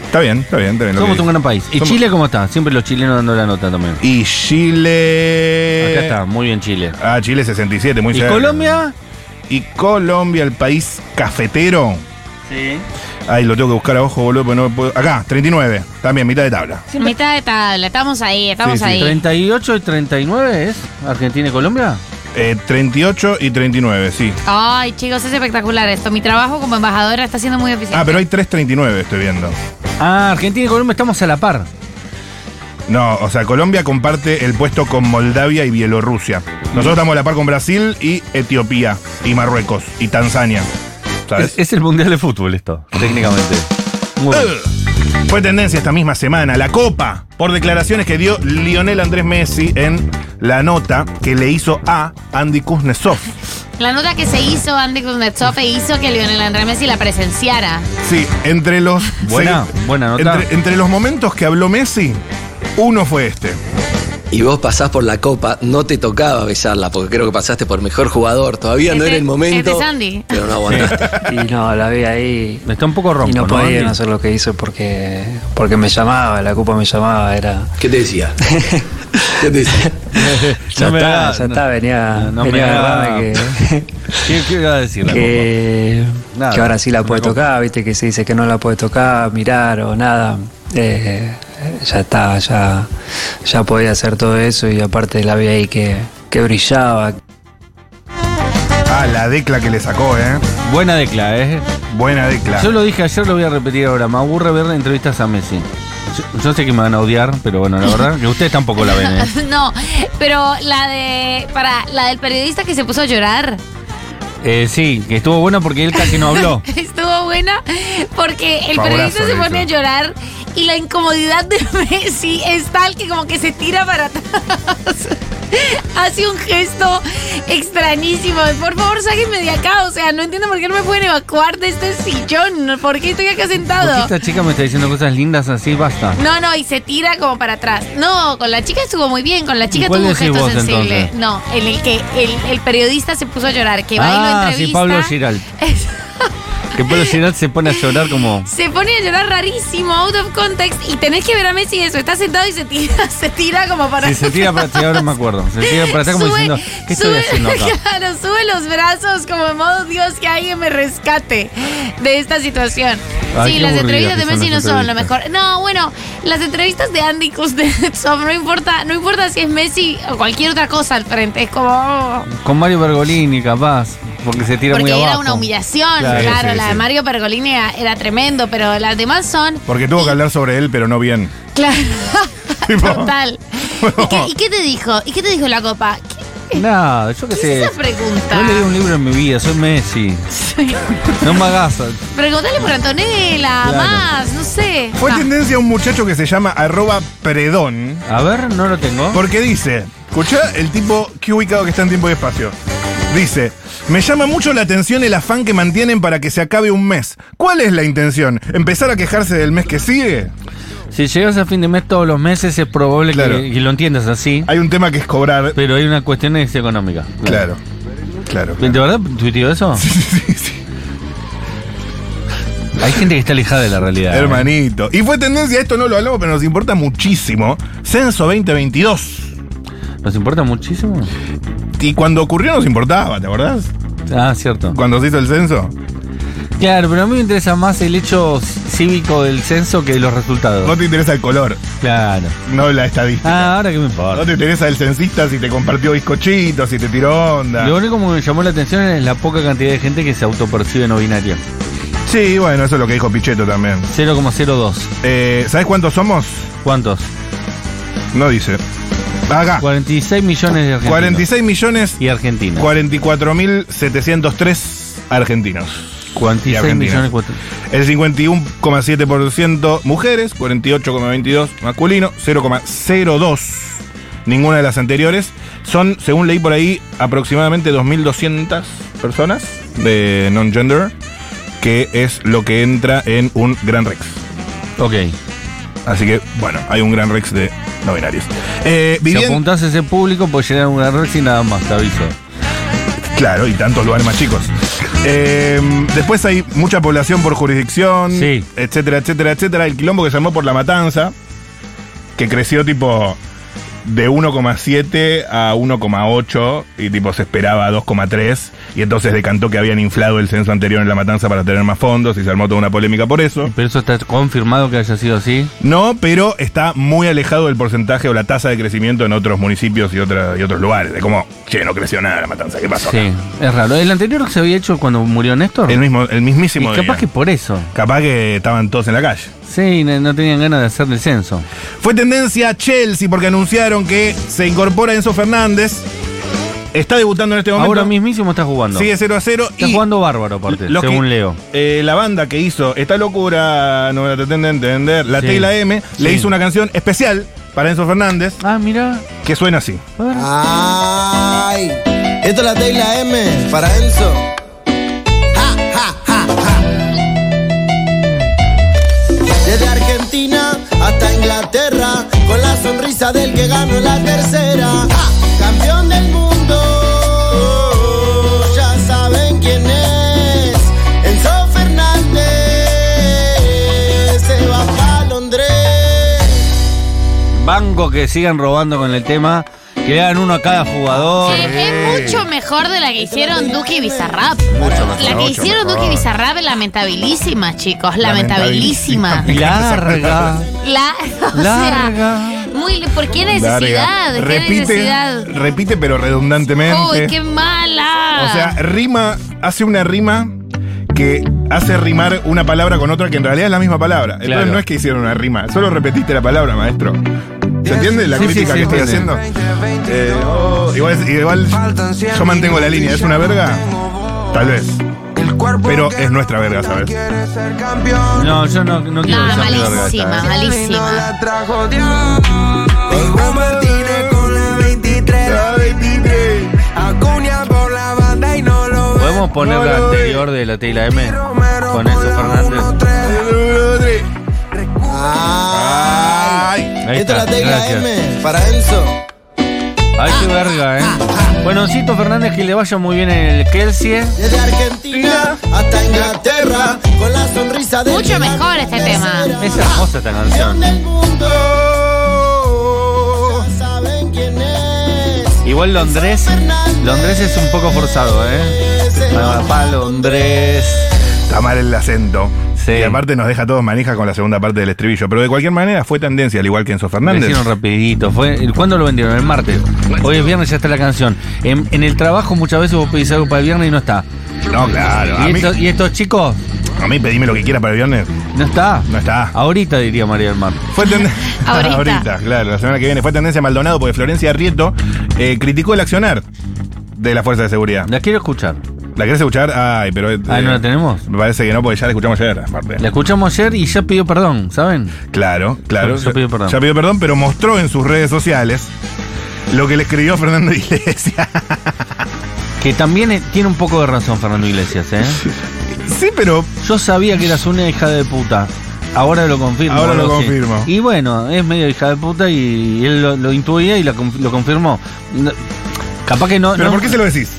D: Está bien, está bien, está bien. lo
C: Somos
D: que
C: un
D: dices.
C: gran país. ¿Y
D: Somos-
C: Chile cómo está? Siempre los chilenos dando la nota también.
D: Y Chile.
C: Acá está, muy bien Chile.
D: Ah, Chile 67, Eh, muy
C: ¿Y
D: cerca.
C: Colombia?
D: Y Colombia, el país cafetero.
C: Sí.
D: Ay, lo tengo que buscar a ojo, boludo, porque no puedo. Acá, 39. También, mitad de tabla.
A: Mitad de tabla, estamos ahí, estamos
D: Sí, sí,
A: ahí.
C: 38 y 39 es Argentina y Colombia.
D: Eh, 38 y 39, sí.
A: Ay, chicos, es espectacular esto. Mi trabajo como embajadora está siendo muy eficiente.
D: Ah, pero hay 3.39, estoy viendo.
C: Ah, Argentina y Colombia estamos a la par.
D: No, o sea, Colombia comparte el puesto con Moldavia y Bielorrusia. Nosotros estamos a la par con Brasil y Etiopía, y Marruecos, y Tanzania. ¿Sabes?
C: Es, es el mundial de fútbol esto, técnicamente. Muy bueno.
D: Ugh. Eh. Fue tendencia esta misma semana la Copa por declaraciones que dio Lionel Andrés Messi en la nota que le hizo a Andy Kuznetsov.
A: La nota que se hizo Andy Kuznetsov hizo que Lionel Andrés Messi la presenciara.
D: Sí, entre los
C: Buena,
D: sí,
C: buena nota.
D: Entre, entre los momentos que habló Messi, uno fue este.
H: Y vos pasás por la copa, no te tocaba besarla, porque creo que pasaste por mejor jugador. Todavía no
A: Este-
H: era el
A: este
H: momento.
A: es Andy.
H: Pero no aguantaste.
I: Y no, la vi ahí.
C: Está un poco ronco.
I: y no podía
C: Andy?
I: no hacer lo que hizo porque, porque me llamaba, la copa me llamaba, era.
H: ¿Qué te decía? ¿Qué te decía?
I: Ya
C: me
I: está,
C: haga-
I: ya está, venía,
C: no me
I: venía a
C: haga-
I: agarrarme
C: ¿Qué, qué iba a decir?
I: que,
C: la
A: Eh,
I: que,
C: Nada,
I: que ahora sí la
C: una
I: puede
C: copa.
I: tocar, viste que se dice que no la puede tocar, mirar o nada. Eh, ya está, ya, ya podía hacer todo eso y aparte la vi ahí que, que brillaba.
D: Ah, la decla que le sacó, ¿eh?
C: copa? Buena decla, ¿eh?
D: Buena decla.
C: Yo lo dije ayer, lo voy a repetir ahora. Me aburre ver entrevistas a Messi. Yo, yo sé que me van a odiar, pero bueno, la verdad que ustedes tampoco la ven, ¿eh?
A: no, pero la de. Para, la del periodista que se puso a llorar.
C: Eh, sí, que estuvo buena porque él casi no habló.
A: Estuvo buena porque el
D: Favorazo
A: periodista
D: le
A: se pone a
D: hizo.
A: llorar y la incomodidad de Messi es tal que como que se tira para atrás. hace un gesto extrañísimo. de, Por favor, sáquenme de acá. O sea, no entiendo por qué no me pueden evacuar de este sillón. ¿Por qué estoy acá
C: ¿Por qué
A: sentado?
C: esta chica me está diciendo cosas lindas así? Basta.
A: No, no, y se tira como para atrás. No, con la chica estuvo muy bien, con la chica
C: ¿Y cuál
A: tuvo un
C: decís
A: gesto
C: vos,
A: sensible.
C: entonces?
A: No, en el que el, el periodista se puso a llorar, que va y lo
C: ah,
A: entrevista.
C: sí, Pablo Giral. Que Pablo Giral se pone a llorar como.
A: se pone a llorar rarísimo, out of context, y tenés que ver a Messi eso. Está sentado y se tira, se tira como para.
C: Si se tira para atrás, ahora me acuerdo. Se tira para atrás como
A: Sube-
C: diciendo, ¿qué estoy
A: sube-
C: haciendo acá?
A: Claro, sube los brazos como en modo Dios que alguien me rescate de esta situación.
C: Ay,
A: sí,
C: qué
A: las
C: aburridas
A: entrevistas de
C: que son
A: Messi no
C: las
A: son lo
C: entrevistas.
A: mejor. No, bueno, las entrevistas de Andy Kuznetsov, no importa, no importa si es Messi o cualquier otra cosa al frente, es como oh,
C: Con Mario Bergolini, capaz. Porque se tira
A: porque
C: muy
A: era
C: abajo.
A: una humillación, claro,
C: Claro, sí,
A: la de
C: sí.
A: Mario Pergolini era, era tremendo, pero las demás son
D: Porque tuvo que hablar sobre él, pero no bien.
A: claro.
D: Tipo-
A: Total. ¿Y, qué, y qué te dijo? ¿Y qué te dijo la copa? ¿Qué,
C: No, yo qué
A: qué
C: sé.
A: es esa pregunta?
C: No leí un libro en mi vida, soy Messi. No me hagas.
A: Preguntale por Antonella,
C: Claro.
A: más, no sé.
D: Fue
A: Ah,
D: tendencia a un muchacho que se llama arroba predón.
C: A ver, no lo tengo.
D: Porque dice, escuchá el tipo que ubicado que está en tiempo y espacio. Dice, me llama mucho la atención el afán que mantienen para que se acabe un mes. ¿Cuál es la intención? ¿Empezar a quejarse del mes que sigue?
C: Si llegas a fin de mes todos los meses, es probable
D: Claro.
C: que, que lo entiendas así.
D: Hay un tema que es cobrar.
C: Pero hay una cuestión es económica.
D: Claro, claro.
C: ¿De verdad tuiteó eso?
D: Sí, sí.
C: Hay gente que está alejada de la realidad. ¿eh?
D: Hermanito. Y fue tendencia, esto no lo hablamos, pero nos importa muchísimo. Censo 2022.
C: ¿eh? ¿Nos importa muchísimo?
D: Y cuando ocurrió nos importaba, ¿te acordás?
C: Ah, cierto.
D: Cuando se hizo el censo.
C: Claro, pero a mí me interesa más el hecho cívico del censo que los
D: No
C: resultados.
D: te interesa el color,
C: Claro.
D: no la estadística.
C: Ah, ahora que me
D: No
C: importa.
D: te interesa el censista si te compartió bizcochitos, si te tiró onda.
C: Lo único que me llamó la atención es la poca cantidad de gente que se autopercibe no binaria.
D: Sí, bueno, eso es lo que dijo Pichetto también.
C: 0,02.
D: Eh, ¿Sabes cuántos somos?
C: ¿Cuántos?
D: No dice. Acá,
C: 46 millones de argentinos.
D: 46 millones
C: Y Argentina.
D: 44 mil 703 argentinos. y
C: 46
D: Argentina.
C: millones. cuatro-
D: El 51,7% mujeres, 48,22 masculino, 0,02 ninguna de las anteriores. Son, según leí por ahí, aproximadamente 2.200 personas de non-gender, que es lo que entra en un gran Rex.
C: Ok.
D: Así que, bueno, hay un gran Rex de no binarios. Eh,
C: Si
D: vivien-
C: apuntás a ese público, pues llegar a una red sin nada más, te aviso.
D: Claro, y tantos lugares más chicos. Eh, después hay mucha población por jurisdicción,
C: Sí.
D: etcétera, etcétera, etcétera. El quilombo que se armó por la matanza, que creció tipo de 1,7 a 1,8 y tipo se esperaba 2,3 y entonces decantó que habían inflado el censo anterior en la matanza para tener más fondos y se armó toda una polémica por eso.
C: Pero eso está confirmado que haya sido así.
D: No, pero está muy alejado del porcentaje o la tasa de crecimiento en otros municipios y, otra- y otros lugares. De como, che, no creció nada la matanza, ¿qué pasó?
C: Sí, es raro. ¿El anterior se había hecho cuando murió Néstor?
D: El mismo, el
C: y
D: mismísimo.
C: capaz
D: día.
C: que por eso.
D: Capaz que estaban todos en la calle.
C: Sí, no, no tenían ganas de hacer el censo.
D: Fue tendencia a Chelsea porque anunciaron que se incorpora Enzo Fernández. Está debutando en este momento.
C: Ahora mismísimo está jugando.
D: Sigue 0 a 0.
C: está
D: y
C: jugando bárbaro, aparte,
D: los que-
C: según Leo.
D: eh, la banda que hizo esta locura, no me la traten de entender, la
C: Sí.
D: T y la M, le
C: Sí.
D: hizo una canción especial para Enzo Fernández
C: Ah, mira.
D: que suena así.
C: a ver.
G: Ay, esto es la T y la M para Enzo. Ja, ja, ja, ja. Desde Argentina hasta Inglaterra, con la sonrisa del que ganó la tercera. Ja, campeón del mundo, ya saben quién es. Enzo Fernández se va para Londres.
C: Banco que sigan robando con el tema. Que le hagan uno a cada jugador.
A: Que es mucho mejor de la que hicieron Duque y Bizarrap. La que hicieron Duque y Bizarrap es lamentabilísima, chicos. Lamentabilísima.
C: Larga.
A: La, o
C: Larga.
A: sea, muy, ¿por qué necesidad?
D: Larga.
A: ¿Qué
D: Repite,
A: necesidad?
D: repite pero redundantemente.
A: ¡Uy, qué mala!
D: O sea, rima, hace una rima que hace rimar una palabra con otra que en realidad es la misma palabra. Entonces
C: Claro.
D: no es que hicieron una rima, solo repetiste la palabra, maestro. ¿Se entiende la
C: Sí, sí,
D: crítica
C: sí,
D: que estoy
C: entiendo.
D: haciendo? Eh, oh, igual, igual yo mantengo la línea, ¿es una verga? Tal vez. Pero es nuestra verga, ¿sabes?
C: No, yo no, no quiero
A: no,
C: que sea mi verga esta,
A: malísima,
C: eh.
A: malísima.
G: Martínez con la 23.
C: podemos poner la anterior de la Tila M con Enzo Fernández.
G: Ay,
C: Ahí
G: esta
C: está,
G: es la tecla
C: gracias.
G: M para Enzo.
C: Ay, qué verga, eh. Bueno, Cito Fernández, que le vaya muy bien en el eh. Kelsie.
G: Desde Argentina hasta Inglaterra, con la sonrisa de
A: Mucho mejor este tema.
C: Es hermosa esta canción.
G: del mundo. Ya saben quién es.
C: Igual Londres, Londres es un poco forzado, ¿eh? Para, Londres.
D: Está mal el acento.
C: Sí.
D: Y aparte nos deja todos manija con la segunda parte del estribillo. Pero de cualquier manera fue tendencia, al igual que Enzo
C: Lo
D: Fernández.
C: hicieron rapidito. Fue, ¿Cuándo lo vendieron? El martes. Hoy es viernes, ya está la canción. En, en el trabajo muchas veces vos pedís algo para el viernes y no está.
D: No, claro. A
C: y,
D: mí,
C: esto- y estos chicos,
D: a mí pedime lo que quieras para el viernes.
C: no está.
D: No está.
C: Ahorita diría María del Mar.
D: Fue tenden-
A: Ahorita.
D: claro, la semana que viene. Fue tendencia a Maldonado porque Florencia Rieto eh, criticó el accionar de la Fuerza de Seguridad.
C: La quiero escuchar.
D: ¿La querés escuchar? Ay, pero. eh,
C: Ah, ¿no la tenemos?
D: Me parece que no, porque ya la escuchamos ayer, aparte.
C: La escuchamos ayer y ya pidió perdón, ¿saben?
D: Claro, claro.
C: Ya- ya pidió perdón.
D: Ya pidió perdón, pero mostró en sus redes sociales lo que le escribió Fernando Iglesias.
C: Que también eh, tiene un poco de razón Fernando Iglesias, ¿eh?
D: sí, pero
C: Yo sabía que eras una hija de puta. Ahora lo confirmo.
D: Ahora lo
C: algo así.
D: confirmo.
C: Y bueno, es medio hija de puta y él lo, lo intuía y la conf- lo confirmó. No- capaz que no.
D: ¿Pero
C: no-
D: por qué se lo decís?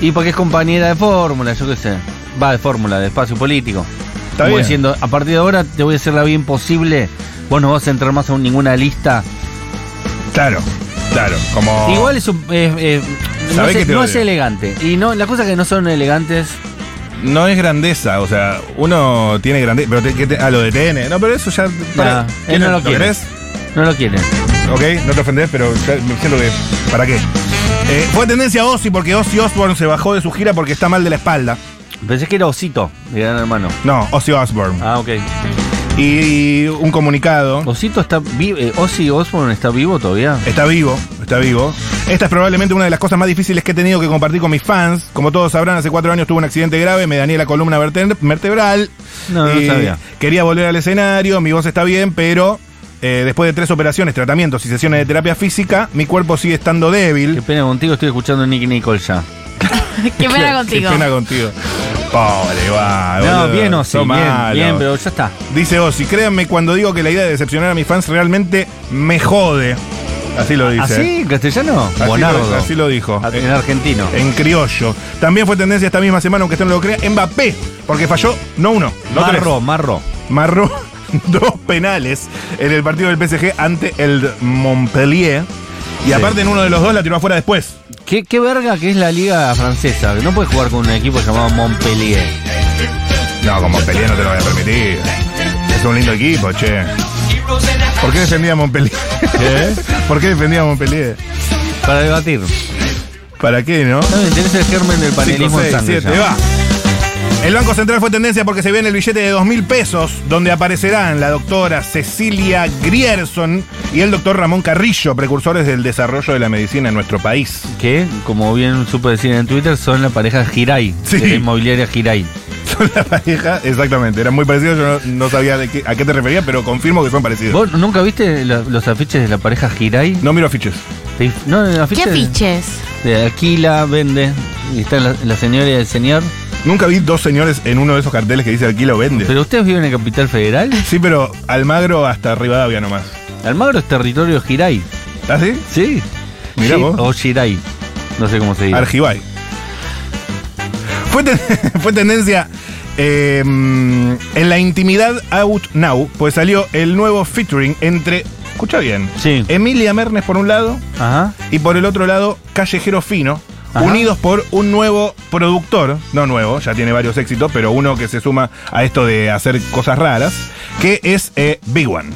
C: Y porque es compañera de fórmula, yo qué sé. Va de fórmula, de espacio político.
D: Está
C: Como
D: bien.
C: diciendo, a partir de ahora te voy a hacer la vida imposible. Vos no vas a entrar más a ninguna lista.
D: Claro, claro. Como.
C: Igual es un. es- es- no,
D: Oh. Sabés
C: es,
D: que te
C: no
D: odio.
C: es elegante. Y no, las cosas que no son elegantes.
D: No es grandeza, o sea, uno tiene grandeza. Pero te- que te- a lo de TN. No, pero eso ya. pará.
C: él
D: ¿Quién
C: no lo quiere.
D: querés?
C: No lo quieren.
D: Ok, no te ofendés, pero ya me siento que. ¿Para qué? Eh, fue tendencia a Ozzy porque Ozzy Osbourne se bajó de su gira porque está mal de la espalda.
C: Pensé que era osito, de gran hermano.
D: No, Ozzy Osbourne.
C: Ah, ok.
D: Y, un comunicado.
C: Osito está vivo. eh, Ozzy Osbourne está vivo todavía.
D: Está vivo, está vivo. Esta es probablemente una de las cosas más difíciles que he tenido que compartir con mis fans. Como todos sabrán, hace cuatro años tuve un accidente grave, me dañé la columna verte- vertebral.
C: No, no
D: Eh,
C: sabía.
D: Quería volver al escenario, mi voz está bien, pero eh, después de tres operaciones, tratamientos y sesiones de terapia física, mi cuerpo sigue estando
C: Qué
D: débil.
C: pena contigo, estoy escuchando a Nick Nicole ya.
A: Qué pena contigo.
D: Qué pena contigo. Pobre, va.
C: No,
D: Ah, boludo,
C: bien Ozzy,
D: sos
C: bien,
D: malo.
C: bien, pero ya está.
D: Dice Ozzy, créanme cuando digo que la idea de decepcionar a mis fans realmente me jode. Así lo dice.
C: ¿Así? ¿En castellano?
D: lo-
C: ¿Ah, Bonardo.
D: así lo dijo.
C: A- En
D: Eh,
C: argentino.
D: en criollo. También fue tendencia esta misma semana, aunque usted no lo crea, Mbappé, porque falló no uno, no
C: marro, marro.
D: tres. Marró dos penales en el partido del PSG ante el Montpellier. Y aparte en uno de los dos la tiró afuera después.
C: ¿Qué, qué verga que es la liga francesa. que No puedes jugar con un equipo llamado Montpellier.
D: No, con Montpellier no te lo voy a permitir. Es un lindo equipo, che. ¿Por qué defendía a Montpellier? ¿Por qué defendía a Montpellier?
C: Para debatir.
D: ¿Para qué, no?
C: No me interesa el germen del
D: Cinco,
C: panelismo en
D: seis,
C: sangre
D: siete,
C: ya.
D: va. El Banco Central fue tendencia porque se ve en el billete de dos mil pesos, donde aparecerán la doctora Cecilia Grierson y el doctor Ramón Carrillo, precursores del desarrollo de la medicina en nuestro país.
C: Que, como bien supe decir en Twitter, son la pareja Giray.
D: Sí.
C: de la inmobiliaria Giray.
D: Son la pareja, exactamente, eran muy parecidos, yo no, no sabía de qué- a qué te refería, pero confirmo que son parecidos.
C: ¿Vos nunca viste la- los afiches de la pareja Giray?
D: No miro afiches.
C: Te- No, el afiche
A: ¿Qué
C: de-
A: afiches?
C: De Aquila, vende. Y está la, la señora y el señor.
D: Nunca vi dos señores en uno de esos carteles que dice alquila o vende.
C: ¿Pero ustedes viven en Capital Federal?
D: Sí, pero Almagro hasta Rivadavia nomás.
C: Almagro es territorio Giray.
D: ¿Ah, sí?
C: Sí.
D: Mirá
C: Sí,
D: vos.
C: O Giray. No sé cómo se dice.
D: Argibay. Fue, ten- fue tendencia eh, en la intimidad Out Now, pues salió el nuevo featuring entre, escucha bien,
C: Sí.
D: Emilia Mernes por un lado
C: Ajá.
D: y por el otro lado Callejero Fino,
C: Ajá.
D: unidos por un nuevo productor, no nuevo, ya tiene varios éxitos, pero uno que se suma a esto de hacer cosas raras, que es eh, Big One.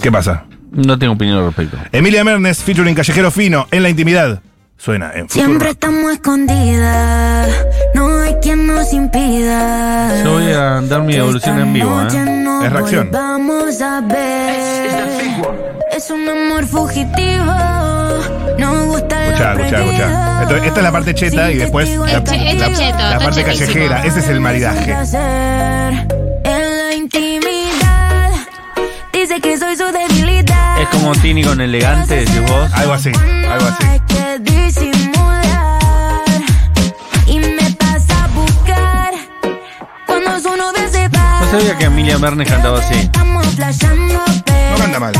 D: ¿Qué pasa?
C: No tengo opinión al respecto.
D: Emilia Mernes featuring Callejero Fino en la intimidad. Suena en futuro.
E: Siempre estamos escondidas, no hay quien nos impida.
C: Yo voy a dar mi
E: Que
C: evolución
E: esta
C: en vivo,
E: noche
C: ¿eh?
E: nos
D: Es reacción.
E: Vamos a ver. Es un amor fugitivo. No gusta lo
D: Escuchá, escuchá, escuchá. Esto- esta es la parte cheta y después la-
E: Sin testigo
A: la-
E: hay
A: cheto,
E: calor.
D: la
A: está
D: parte
A: chetísimo.
D: callejera. Ese es el maridaje.
E: Placer. En la intimidad dice que soy su debilidad.
C: Es como Tini con elegante, decís vos.
D: Algo así, algo así.
E: Hay que disimular.
C: sabía que Emilia Mernes cantaba así.
D: No canta mal.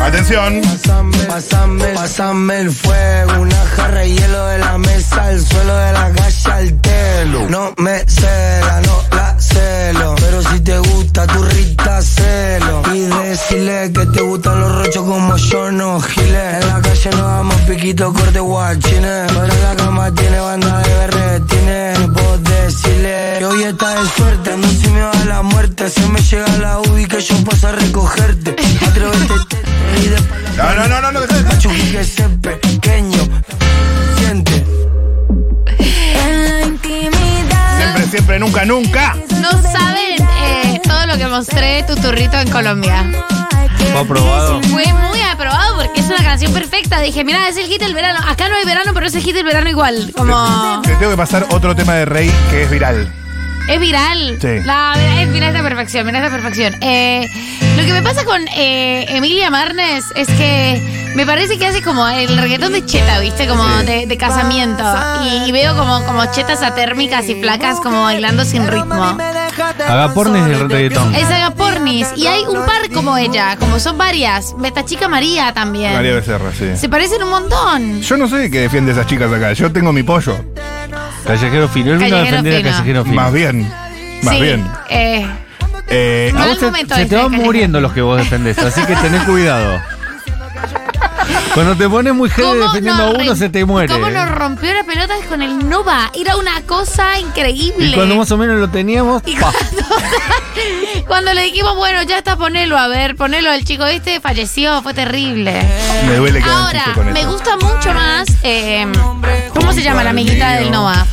D: Atención.
G: Pásame, pásame, pásame el fuego, una jarra de hielo de la mesa, al suelo de la calle al telo. No me cela, no la celo, pero si te gusta tu rita celo. Y decirle que te gustan los rochos como yo, no giles. En la calle no damos piquito, corte guachines, pero en la cama tiene banda de berretines. Y vos decirle que hoy está de suerte, no si me va la muerte, se me llega la UBI que yo paso a recogerte. Atrévete, y de
D: No, no, no, no, no, dejá, dejá.
G: Machu que ese pequeño siente.
E: En la intimidad.
D: Siempre, siempre, nunca, nunca.
A: No saben eh, todo lo que mostré Tuturrito en Colombia.
C: Fue aprobado.
A: Fue muy aprobado porque es una canción perfecta. Dije, mira, es el hit del verano. Acá no hay verano, pero es el hit del verano igual. Como
D: Te tengo que pasar otro tema de Rey que es viral.
A: es viral.
D: Sí.
A: La, mira, es- mira esta perfección, mira esta perfección. Eh, lo que me pasa con eh, Emilia Marnes es que me parece que hace como el reggaetón de cheta, ¿viste? Como de, de casamiento. Y, y veo como, como chetas atérmicas y flacas como bailando sin ritmo.
C: Agapornis del reggaetón.
A: Es Agapornis. Y hay un par como ella, como son varias. Esta chica María también.
D: María Becerra, sí.
A: Se parecen un montón.
D: Yo no sé qué defiende esas chicas acá. Yo tengo mi pollo.
C: Callejero Fino. Él nunca
A: Callejero
C: defendía a
A: Fino.
C: Callejero Fino.
D: Más bien. Más
A: sí,
D: bien.
A: eh,
D: Eh,
A: Mal
C: A vos te,
A: momento
C: se
A: este,
C: te van
A: Callejero.
C: muriendo los que vos defendés, así que tenés cuidado. Cuando te pones muy heavy
A: ¿cómo
C: defendiendo a
A: nos
C: uno,
A: rom-
C: se te muere.
A: ¿Cómo
C: ¿eh?
A: nos rompió las pelotas con el Nova? Era una cosa increíble.
C: Y cuando más o menos lo teníamos,
A: Y
C: pa.
A: cuando- cuando le dijimos, bueno, ya está, ponelo, a ver, ponelo, el chico este falleció, fue terrible.
D: me duele que hagan
A: Ahora,
D: chiste con
A: me
D: esto.
A: gusta mucho más, eh, ¿cómo se llama la amiguita del Nova?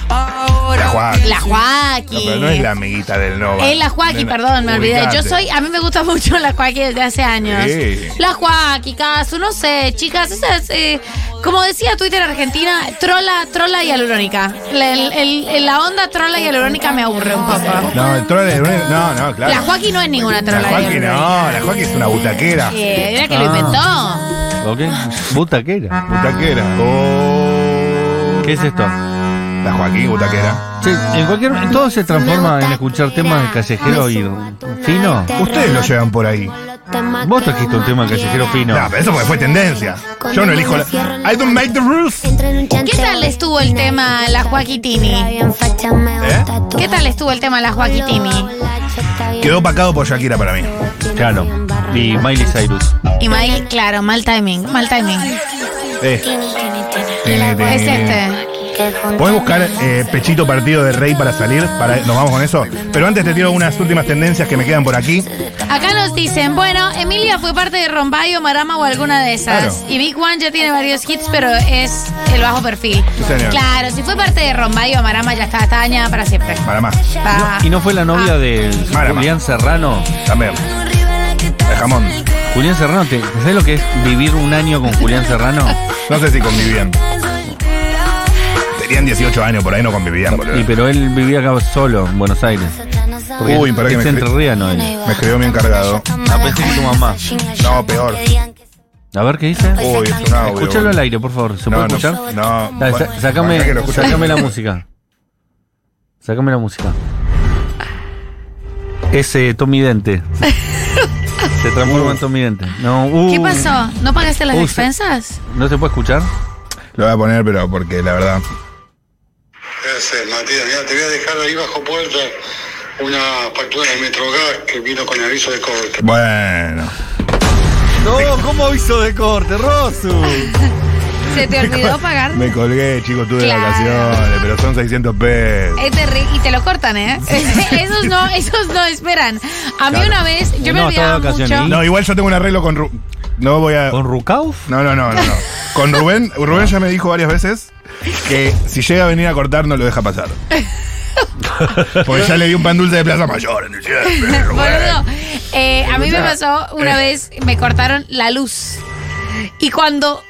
D: La Joaquín.
A: La Joaquín.
D: No, pero no es la amiguita del Nova.
A: Es la Joaquín,
D: Nena,
A: perdón, me olvidé. Yo
D: ubicate.
A: soy, a mí me gusta mucho la Joaquín desde hace años.
D: Sí.
A: La Joaquín, Casu, no sé, chicas, esas, eh, como decía Twitter Argentina, trola, trola y alurónica. La, el- el- el- la onda trola y alurónica me aburre un poco.
D: No, el troll es- No, no, claro.
A: La Joaquín no es ninguna trola.
D: La
A: y
D: Joaquín no, la Joaquín es una butaquera.
A: alurónica. Eh, Era que lo inventó.
C: ¿Ok? Butaquera.
D: Butaquera. Oh.
C: ¿Qué es esto?
D: La Joaquín, butaquera.
C: Sí, en cualquier. en todo se transforma en escuchar temas de callejero y fino.
D: Ustedes lo llevan por ahí.
C: Vos trajiste un tema de callejero fino.
D: No, pero eso porque fue tendencia. Yo no elijo la. I don't make the rules.
A: ¿Qué tal estuvo el tema La Joaquitini?
D: ¿Eh?
A: ¿Qué tal estuvo el tema La Joaquitini?
D: Quedó opacado por Shakira para mí.
C: Claro. Y Miley Cyrus.
A: Y Mael, claro, mal timing, mal timing.
D: Eh.
A: Es este.
D: Podés buscar eh, pechito partido de Rey para salir. Para, nos vamos con eso. Pero antes te tiro unas últimas tendencias que me quedan por aquí.
A: Acá nos dicen, bueno, Emilia fue parte de Rombayo, Marama o alguna de esas.
D: Claro.
A: Y Big One ya tiene varios hits, pero es el bajo perfil.
D: Sí, señor.
A: Claro, si fue parte de Rombayo, Marama ya está, está dañada para siempre.
D: Para más.
A: Está-
C: ¿Y no fue la novia de
D: Marama.
C: Julián Serrano?
D: También. El jamón.
C: Julián Serrano, ¿te, ¿sabes lo que es vivir un año con Julián Serrano?
D: No sé si convivían. Tenían 18 años, por ahí no convivían, boludo.
C: Y pero él vivía acá solo, en Buenos Aires. Porque
D: Uy, pará que
C: es
D: me escri-
C: entrerriano él.
D: Me escribió mi encargado.
C: Ah, pensé que tu mamá.
D: No, peor.
C: A ver qué dice.
D: Uy, es un audio.
C: Escúchalo al aire, por favor. ¿Se
D: No,
C: puede
D: no,
C: escuchar?
D: No.
C: Dale, sa-
D: Bueno,
C: sacame,
D: acá que lo escucha.
C: sacame la música. Sacame la música. Ese Tommy Dente. Se transforma en Tommy Dente. No, uh,
A: ¿Qué pasó? ¿No pagaste las
C: Uh, sí.
A: expensas?
C: ¿No se puede escuchar?
D: Lo voy a poner, pero porque la verdad.
J: ¿Qué haces, Matías? Mira, te voy a dejar ahí bajo puerta una factura de Metrogas que vino con el aviso de corte.
D: Bueno.
C: No, ¿cómo aviso de corte, Rosu?
A: ¿Se te olvidó pagar?
D: Me colgué, chicos, tú de
A: Claro.
D: vacaciones, pero son 600 pesos.
A: Es terrible. Y te lo cortan, ¿eh? esos no, esos no esperan. A mí
C: Claro.
A: una vez, yo me
C: No,
A: olvidaba
C: toda ocasión,
A: mucho.
C: ¿eh?
D: No, igual yo tengo un arreglo con Ru No voy a.
C: ¿Con Rukauf?
D: No, no, no, no, no. Con Rubén, Rubén ya me dijo varias veces que si llega a venir a cortar no lo deja pasar. Porque ya le di un pan dulce de Plaza Mayor en el cierre, Rubén.
A: Boludo, eh, a mí me
D: Escuchá.
A: pasó una vez, me cortaron la luz. Y cuando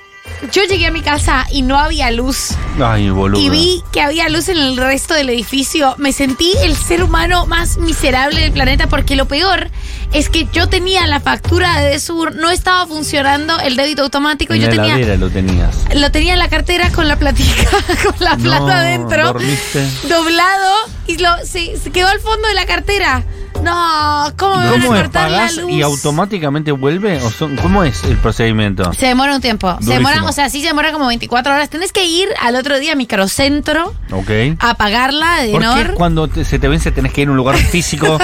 A: yo llegué a mi casa y no había luz,
C: Ay, boludo.
A: y vi que había luz en el resto del edificio, me sentí el ser humano más miserable del planeta porque lo peor es que yo tenía la factura de Sur, no estaba funcionando el débito automático y
C: en
A: yo
C: la
A: tenía...
C: heladera lo tenías.
A: Lo tenía en la cartera con la platica, con la plata
C: No,
A: adentro,
C: dormiste.
A: doblado y lo, se, se quedó al fondo de la cartera. No, ¿cómo me
C: ¿Cómo
A: van a
C: es?
A: cortar la
C: ¿Pagás
A: luz?
C: y automáticamente vuelve? ¿O son, ¿Cómo es el procedimiento?
A: Se demora un tiempo. Se
C: Durísimo.
A: demora, o sea, sí se demora como 24 horas. Tenés que ir al otro día a microcentro
C: Ok.
A: a apagarla de
C: ¿Por qué
A: honor.
C: cuando te- se te vence tenés que ir a un lugar físico?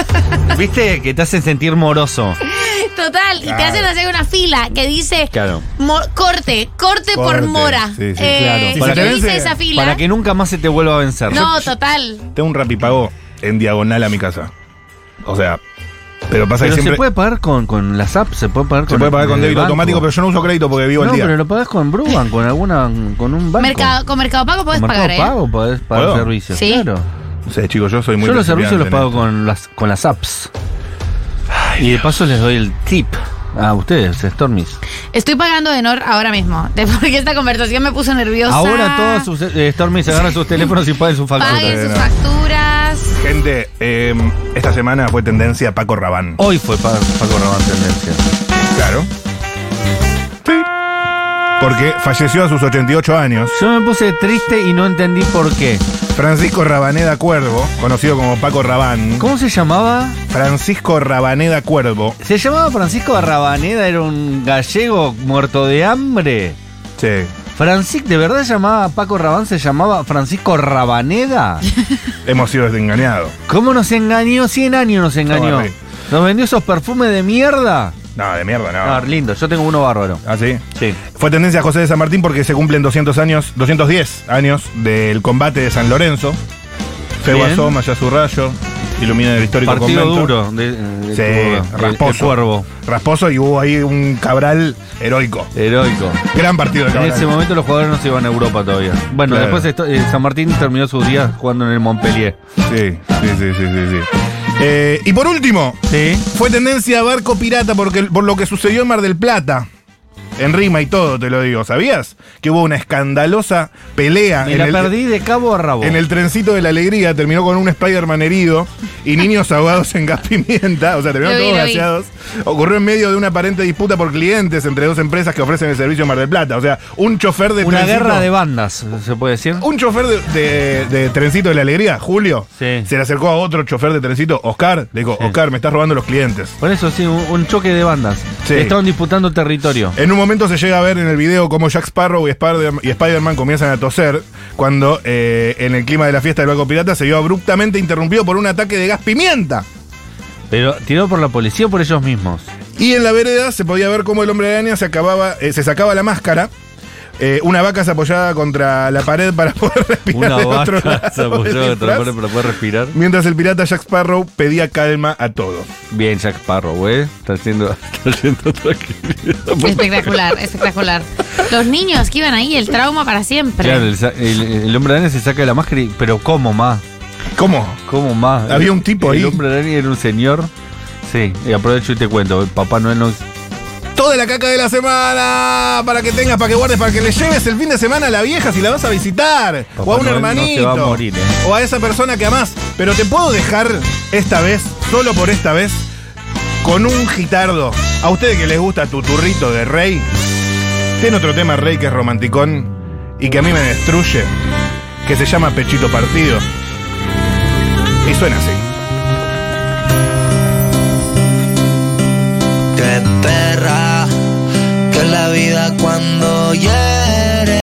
C: ¿Viste? Que te hacen sentir moroso.
A: Total, y te
C: Claro.
A: hacen hacer una fila que dice
C: Claro.
A: mo- corte, corte, por
C: Corte,
A: mora.
D: sí, sí,
A: Eh,
D: claro.
A: ¿por
D: Para
A: qué
D: que-
A: dice esa fila?
D: para
C: Que nunca más se te vuelva a vencer.
A: No, total.
D: Tengo un rapipago en diagonal a mi casa. O sea, pero pasa
C: Pero
D: que siempre.
C: se puede pagar con, con las apps, se puede pagar
D: Se
C: con
D: puede pagar con
C: el
D: débito
C: banco.
D: automático, pero yo no uso crédito porque vivo
C: no,
D: al día.
C: pero lo pagás con Bruban, con alguna con un banco.
A: Mercado, con Mercado Pago podés
C: Con Mercado
A: pagar, ¿eh?
C: Pago podés pagar
D: ¿Puedo?
C: servicios.
A: Sí.
C: Claro.
D: No sé, chicos, yo soy muy
C: Yo los
D: principiante
C: servicios los
D: en
C: pago con las, con las apps. y de paso les doy el tip a ustedes, Stormis.
A: Estoy pagando de honor ahora mismo. Después que esta conversación me puso nerviosa.
C: Ahora todos sus eh, Stormis agarran sus teléfonos y pagan sus
A: Paguen sus
C: facturas.
A: facturas.
D: Gente, eh, esta semana fue tendencia Paco Rabán.
C: Hoy fue Pa- Paco Rabán tendencia.
D: Claro. Sí. Porque falleció a sus 88 años.
C: Yo me puse triste y no entendí por qué.
D: Francisco Rabaneda Cuervo, conocido como Paco Rabán.
C: ¿Cómo se llamaba?
D: Francisco Rabaneda Cuervo.
C: Se llamaba Francisco Arrabaneda, era un gallego muerto de hambre.
D: Sí.
C: Francisco, ¿de verdad llamaba Paco Rabán? ¿Se llamaba Francisco Rabaneda?
D: Hemos sido desengañados.
C: ¿Cómo nos engañó? 100 años nos engañó.
D: Toma, Rey.
C: ¿Nos vendió esos perfumes de mierda?
D: No, de mierda, no.
C: No, Ah, lindo, yo tengo uno bárbaro.
D: ¿Ah, sí?
C: Sí.
D: Fue tendencia a José de San Martín porque se cumplen 200 años, 210 años del combate de San Lorenzo. Febo
C: Bien.
D: asoma ya su rayo, ilumina el histórico
C: Partido
D: convento.
C: duro de, eh, de-
D: Sí,
C: de-
D: rasposo.
C: el cuervo.
D: Rasposo y hubo ahí un Cabral heroico.
C: Heroico.
D: Gran partido de
C: En
D: Cabral.
C: ese momento los jugadores no se iban a Europa todavía. Bueno,
D: Claro.
C: después esto- eh, San Martín terminó sus días jugando en el Montpellier.
D: Sí, sí, sí, sí, sí. sí. Eh, y por último,
C: Sí.
D: fue tendencia a barco pirata porque, por lo que sucedió en Mar del Plata. En rima y todo, te lo digo. ¿Sabías? Que hubo una escandalosa pelea
C: Me
D: Ah, en
C: la
D: el,
C: perdí de cabo a rabo.
D: En el trencito de la alegría terminó con un Spider-Man herido y niños ahogados en gas pimienta, o sea, terminaron
A: Lo vi,
D: todos
A: lo vi.
D: gaseados. Ocurrió en medio de una aparente disputa por clientes entre dos empresas que ofrecen el servicio en Mar del Plata. O sea, un chofer de
C: Una
D: trencito-
C: guerra de bandas, se puede decir.
D: Un chofer de, de- de trencito de la alegría, Julio,
C: Sí.
D: se le acercó a otro chofer de trencito, Oscar. Le dijo, Oscar, me estás robando los clientes.
C: Por eso sí, un, un choque de bandas.
D: Sí. Eh.
C: Estaban disputando territorio.
D: En un momento se llega a ver en el video cómo Jack Sparrow y Spider- y Spider-Man comienzan a toser cuando eh, en el clima de la fiesta del Banco Pirata se vio abruptamente interrumpido por un ataque de gas pimienta.
C: Pero tirado por la policía o por ellos mismos.
D: Y en la vereda se podía ver cómo el hombre araña se, acababa, eh, se sacaba la máscara. eh, una vaca se apoyaba contra la pared para poder respirar.
C: Una
D: del otro
C: vaca se
D: lado del
C: apoyó
D: disfraz,
C: otra parte para poder respirar.
D: Mientras el pirata Jack Sparrow pedía calma a todos.
C: Bien, Jack Sparrow, güey. Está haciendo, está haciendo tranquilidad.
A: Espectacular, espectacular. Los niños que iban ahí, el trauma para siempre.
C: Claro, el, sa- el- el hombre araña se saca la máscara, y- pero ¿cómo más?
D: ¿Cómo?
C: ¿Cómo más?
D: Había un tipo ahí.
C: El hombre araña era un señor. Sí, y aprovecho y te cuento. el Papá Noel no.
D: Toda la caca de la semana para que tengas, para que guardes, para que le lleves el fin de semana a la vieja si la vas a visitar. o a un
C: Noel no
D: hermanito.
C: se va a morir, ¿eh?
D: O a esa persona que amás. Pero te puedo dejar esta vez, solo por esta vez, con un gitardo. A ustedes que les gusta tu turrito de rey, tiene otro tema rey que es romanticón y que a mí me destruye, que se llama Pechito Partido. Y suena así.
G: Qué perra, que la vida cuando llega.